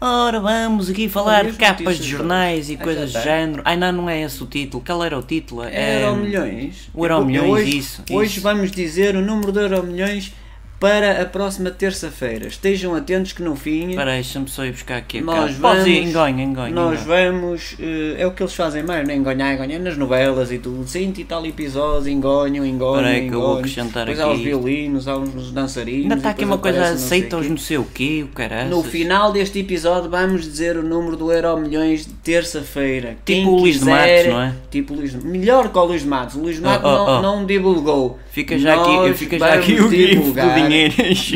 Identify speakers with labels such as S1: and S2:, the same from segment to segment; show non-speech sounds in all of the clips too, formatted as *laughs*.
S1: Ora, vamos aqui falar
S2: Olha,
S1: de
S2: as
S1: capas
S2: notícias
S1: de jornais e
S2: todas. Ah,
S1: coisas
S2: já
S1: do
S2: está.
S1: géno. Ai não, não é esse o título. Qual era o título? É,
S2: Euro milhões. Tipo,
S1: o Euro Milhões,
S2: hoje,
S1: isso,
S2: Hoje
S1: isso.
S2: vamos dizer o número de Euro milhões para a próxima terça-feira. Estejam atentos que no fim
S1: Espera aí, deixa-me só ir buscar aqui. a
S2: nós
S1: capa. Podes ir,
S2: vamos-
S1: engonha, engonha.
S2: nós
S1: engonha.
S2: vamos. eh, é o que eles fazem mais, né? Engonhar, engonhar nas novelas e tudo. Cento e tal episódios, engonham, engonham.
S1: Espera aí que eu vou
S2: engonham.
S1: acrescentar
S2: Depois
S1: aqui
S2: há os
S1: isto.
S2: violinos, há uns dançarinos.
S1: Ainda está
S2: e
S1: aqui
S2: depois
S1: uma coisa,
S2: aparece não sei
S1: aceita os
S2: quê.
S1: não sei o quê, o caralho.
S2: No final deste episódio vamos dizer o número do Euro Milhões de terça-feira. Quem
S1: Tipo o Luís de Matos,
S2: quiser-
S1: não é?
S2: Tipo o Luís de- Melhor que o Luís de Matos. O Luís de Matos
S1: oh,
S2: não,
S1: oh.
S2: não divulgou.
S1: Fica já aqui,
S2: Nós
S1: fica já aqui o
S2: vamos
S1: gif do
S2: divulgar-
S1: dinheiro.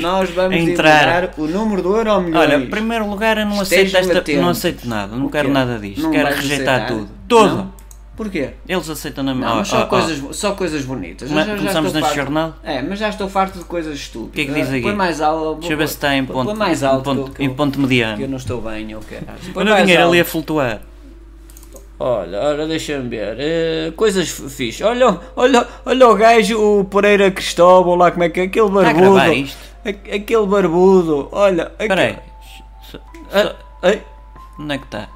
S2: Nós vamos
S1: a entrar.
S2: divulgar o número do Euro Milhões.
S1: Olha, em primeiro lugar eu não aceito,
S2: Estejam
S1: esta,
S2: atentos.
S1: não aceito nada, não
S2: é O
S1: quero
S2: quê?
S1: nada disto,
S2: Não
S1: quero
S2: vais
S1: rejeitar
S2: aceitar?
S1: tudo. Tudo!
S2: Não? Porquê?
S1: Eles aceitam na
S2: Não,
S1: Oh,
S2: mas só,
S1: oh, oh.
S2: coisas, só coisas bonitas. Eu
S1: Mas
S2: já- já
S1: começamos
S2: estou
S1: neste
S2: farto-
S1: jornal?
S2: É, mas já estou farto de coisas estúpidas. O
S1: que é que diz aqui?
S2: Põe mais alto.
S1: Deixa eu ver se está em
S2: põe-
S1: ponto,
S2: Põe mais alto.
S1: em ponto,
S2: que eu-
S1: em ponto
S2: que eu
S1: mediano.
S2: não estou bem, eu quero. Põe
S1: Olha o
S2: mais
S1: dinheiro ali
S2: alto.
S1: a flutuar.
S2: Olha, olha, deixa-me ver. eh, coisas f- fixe. Olha, olha, olha o gajo, o Pereira Cristóvão, lá como é que é? Aquele
S1: a
S2: barbudo.
S1: gravar isto?
S2: A- aquele barbudo. Olha. aque-
S1: Espera aí,
S2: Ah, ai,
S1: onde é que está?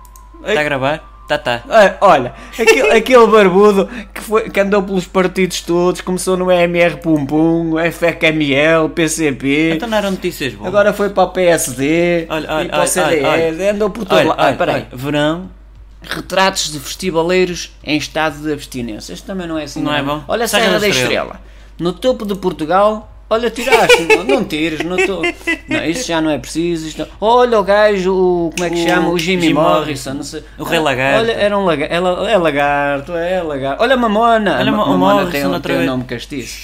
S2: Ei.
S1: Está a gravar? Tá, Está, está.
S2: ah, olha, aquele, *laughs* aquele barbudo que, foi, que andou pelos partidos todos, começou no MR Pum Pum, FKML, PCP.
S1: Então não eram notícias boas.
S2: Agora foi para o PSD
S1: Olha, olha,
S2: e para o
S1: olha,
S2: CDS,
S1: olha,
S2: andou por todo
S1: olha,
S2: lado. Ah,
S1: olha,
S2: espera aí.
S1: olha, verão,
S2: Retratos de festivaleiros em estado de abstinência. Isto também não é assim.
S1: Não é bom?
S2: Olha a
S1: Serra
S2: Serra
S1: da
S2: da
S1: Estrela.
S2: Estrela. No topo de Portugal. Olha, tiraste, não, não tires, não estou. Não, isto já não é preciso. isto não- Olha o gajo, o, como é que
S1: O
S2: chama? O Jimmy,
S1: Jim
S2: Morrison, não sei.
S1: O Rei Lagarto.
S2: Olha, era um lagarto. É, lagarto, é lagarto. Olha a Mamona.
S1: Olha
S2: a Ma-
S1: o
S2: Mamona
S1: Morrison
S2: tem, um-
S1: outra
S2: tem um
S1: vez.
S2: nome castiço.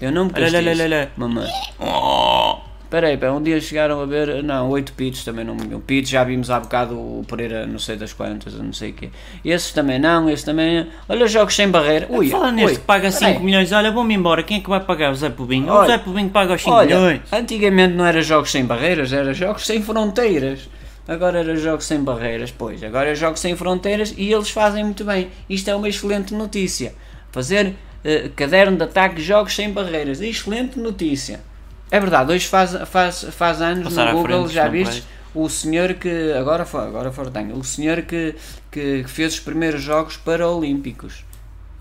S2: Tem um nome
S1: Olha, olha,
S2: castiço.
S1: olha, olha.
S2: Mamona. Peraí, pá, um dia chegaram a ver. Não, oito pits também não. O pits já vimos há bocado o Pereira, não sei das quantas, não sei o quê. Esses também não, esse também. Olha, jogos sem barreira. Ui,
S1: Fala
S2: ui,
S1: neste que paga 5
S2: peraí.
S1: milhões, olha, vou-me embora, quem é que vai pagar? O Zé Pubinho? O
S2: Olha,
S1: Zé Pubinho paga os 5
S2: Olha,
S1: milhões.
S2: antigamente não era jogos sem barreiras, era jogos sem fronteiras. Agora era jogos sem barreiras, pois. Agora é jogos sem fronteiras e eles fazem muito bem. Isto é uma excelente notícia. Fazer eh, caderno de ataque jogos sem barreiras. Excelente notícia. É verdade, hoje faz, faz, faz anos
S1: Passar à
S2: no Google,
S1: frente,
S2: já
S1: não
S2: viste?
S1: vai.
S2: O senhor que. Agora foi, agora foi, tenho. O senhor que, que fez os primeiros jogos paraolímpicos.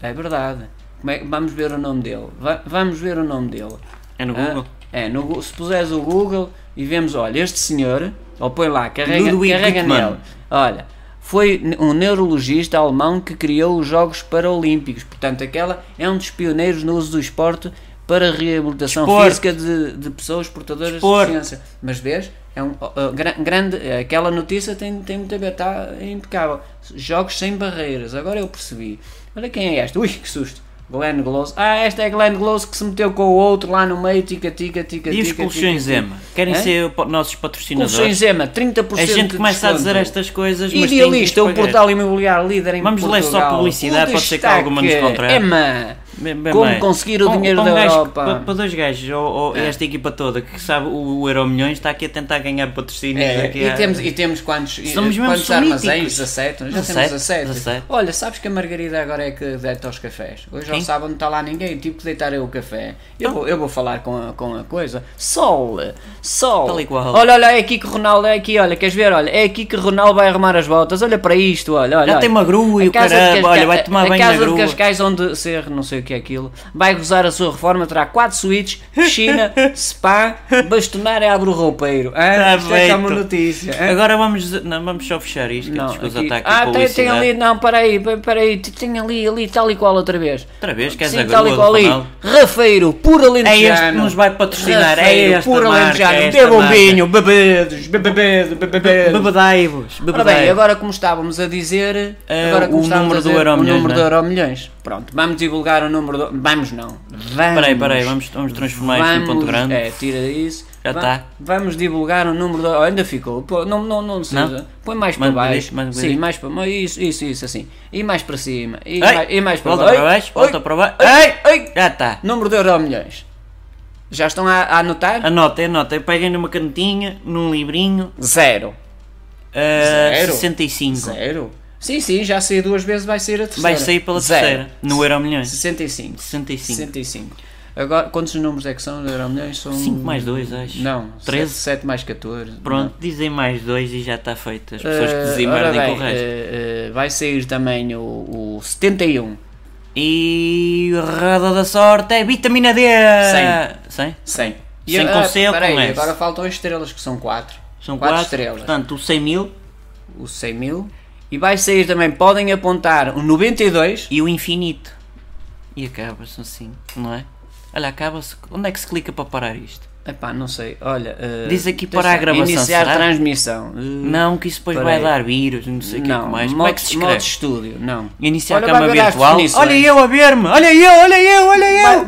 S2: É verdade. Como é- vamos ver o nome dele. Va- vamos ver o nome dele.
S1: É no
S2: Ah,
S1: Google.
S2: É, no Gu- se puseres o Google e vemos, olha, este senhor, ou põe lá, carrega,
S1: Ludwig
S2: carrega
S1: Wittmann.
S2: nele. Olha, foi ne- um neurologista alemão que criou os Jogos Paralímpicos. Portanto, aquela é um dos pioneiros no uso do esporte para a reabilitação
S1: Desporto.
S2: física de, de pessoas portadoras
S1: Desporto.
S2: de deficiência. Mas vês, é um, ó, ó, gran- grande, aquela notícia tem, tem muito a ver, está impecável. Jogos sem barreiras, agora eu percebi. Olha quem é esta, ui, que susto. Glenn Close. Ah, esta é Glenn Close que se meteu com o outro lá no meio, tica, tica, tica,
S1: E os
S2: tica,
S1: colchões
S2: tica, tica.
S1: Zema? Querem
S2: Hã?
S1: ser po- nossos
S2: Colchões
S1: patrocinadores?
S2: Zema, 30%
S1: A gente
S2: de
S1: começa a dizer
S2: desconto.
S1: estas coisas, mas
S2: Idealista,
S1: tem
S2: o
S1: que nos pagar.
S2: portal imobiliário líder em
S1: Vamos ler
S2: Portugal.
S1: só publicidade,
S2: O
S1: pode ser que alguma nos
S2: destaque
S1: contrate.
S2: É, má.
S1: Bem, bem,
S2: Como
S1: bem.
S2: conseguir o
S1: Para um-
S2: dinheiro
S1: para um
S2: da
S1: gajo que-
S2: Europa. É.
S1: Para, para dois gajos, ou, ou esta equipa toda que sabe o, o Euro Milhões está aqui a tentar ganhar patrocínios.
S2: É,
S1: aqui
S2: e,
S1: a-
S2: temos, e temos quantos,
S1: Somos mesmo
S2: quantos
S1: solíticos.
S2: armazéns? 17? Nós Já
S1: 17,
S2: temos 17.
S1: 17.
S2: Olha, sabes que a Margarida agora é que deita aos cafés. Hoje
S1: Quem?
S2: ao sábado não está lá ninguém, tive que deitar eu o café. Eu, vou, eu vou falar com a, com a coisa. Sol! Sol!
S1: Tal e qual.
S2: Olha, olha, é aqui que o Ronaldo, é aqui, olha, queres ver? Olha, é aqui que o Ronaldo vai arrumar as botas. Olha para isto, olha, olha.
S1: Já
S2: olha.
S1: tem uma grua e
S2: A
S1: o
S2: casa de
S1: caramba,
S2: Casca-
S1: olha, vai tomar
S2: a
S1: banho na
S2: casa
S1: grua.
S2: de Cascais, onde ser, não sei o que é aquilo, vai gozar a sua reforma, terá quatro suítes,
S1: *laughs*
S2: piscina, spa, bastonar e abre o roupeiro. Ah,
S1: Tá
S2: isto é que é uma
S1: feito.
S2: notícia. hã?
S1: Agora vamos, não, vamos só fechar isto, que
S2: Não,
S1: desculpa,
S2: aqui-
S1: está aqui
S2: ah, tem, tem
S1: publicidade.
S2: ali, não, peraí, pe- peraí, te- tem ali, ali, tal e qual outra vez.
S1: Outra vez, queres
S2: Sim,
S1: a
S2: tal e
S1: grua
S2: qual
S1: do
S2: ali.
S1: Ronaldo?
S2: Rafeiro, puro alentejano.
S1: É este que nos vai patrocinar, é
S2: Rafeiro,
S1: esta
S2: puro
S1: marca,
S2: alentejano.
S1: é esta
S2: Bebam
S1: marca.
S2: vinho, bebedos, bebedos, bebedos.
S1: Bebedai-vos,
S2: Ora bem,
S1: bebedai.
S2: agora como estávamos a dizer,
S1: É,
S2: agora
S1: o
S2: como estávamos
S1: número
S2: a
S1: do
S2: dizer,
S1: Euro
S2: o
S1: Milhões,
S2: número
S1: não é?
S2: do Euro Milhões. Pronto, vamos divulgar o número do... Vamos não, vamos.
S1: Peraí, peraí, vamos, vamos transformar isto num ponto grande.
S2: É, tira isso.
S1: Já
S2: Va-
S1: tá.
S2: Vamos divulgar o número. Da... Oh, ainda ficou. Pô, não, não, não precisa.
S1: Não?
S2: Põe mais
S1: Mais
S2: para baixo.
S1: bonito, mais
S2: Sim,
S1: bonito.
S2: mais para baixo. Isso, isso, isso, assim. E mais para cima. E,
S1: Ei,
S2: mais, e mais para
S1: volta
S2: baixo.
S1: para baixo,
S2: Oi,
S1: volta para baixo.
S2: Ei, ei,
S1: Já tá. está.
S2: Número de euro milhões. Já estão a, a anotar?
S1: Anotem, anotem, peguem numa canetinha, num livrinho,
S2: Zero.
S1: ah,
S2: Zero.
S1: 65.
S2: Zero? Sim, sim, já saí duas vezes, vai sair a terceira.
S1: Vai sair pela
S2: Zero.
S1: terceira, no Euro Milhões.
S2: 65.
S1: 65.
S2: 65. Agora, quantos números é que são do Euromilhões? São
S1: 5 mais 2, acho.
S2: Hum, Não, 13?
S1: 13?
S2: 7 mais 14.
S1: Pronto, dizem mais dois e já está feito. As pessoas que dizimardem
S2: Eh, ora
S1: com
S2: bem,
S1: o resto.
S2: eh, eh, vai sair também o, um. o 71.
S1: E roda da sorte é vitamina D! 100. 100?
S2: 100.
S1: Cem com C ou
S2: peraí,
S1: com S?
S2: agora faltam as estrelas, que são 4.
S1: São
S2: 4
S1: quatro
S2: estrelas.
S1: Portanto, o 100 mil
S2: O 100 mil. E vai sair também, podem apontar o 92.
S1: e o infinito. E acaba-se assim, não é? Olha, acaba-se. Onde é que se clica para parar isto?
S2: Epá, não sei, olha... eh,
S1: Diz aqui
S2: deixa-
S1: para a gravação,
S2: Iniciar
S1: será?
S2: transmissão. Eh,
S1: Não, que isso depois
S2: Peraí.
S1: vai dar vírus, não sei o que é que
S2: não,
S1: mais. Como é
S2: modo,
S1: que se
S2: modo
S1: escreve?
S2: estúdio, não.
S1: Iniciar
S2: Olha,
S1: a cama
S2: vai ver as
S1: virtual.
S2: definições.
S1: Olha eu a ver-me! Olha eu, olha eu, olha eu!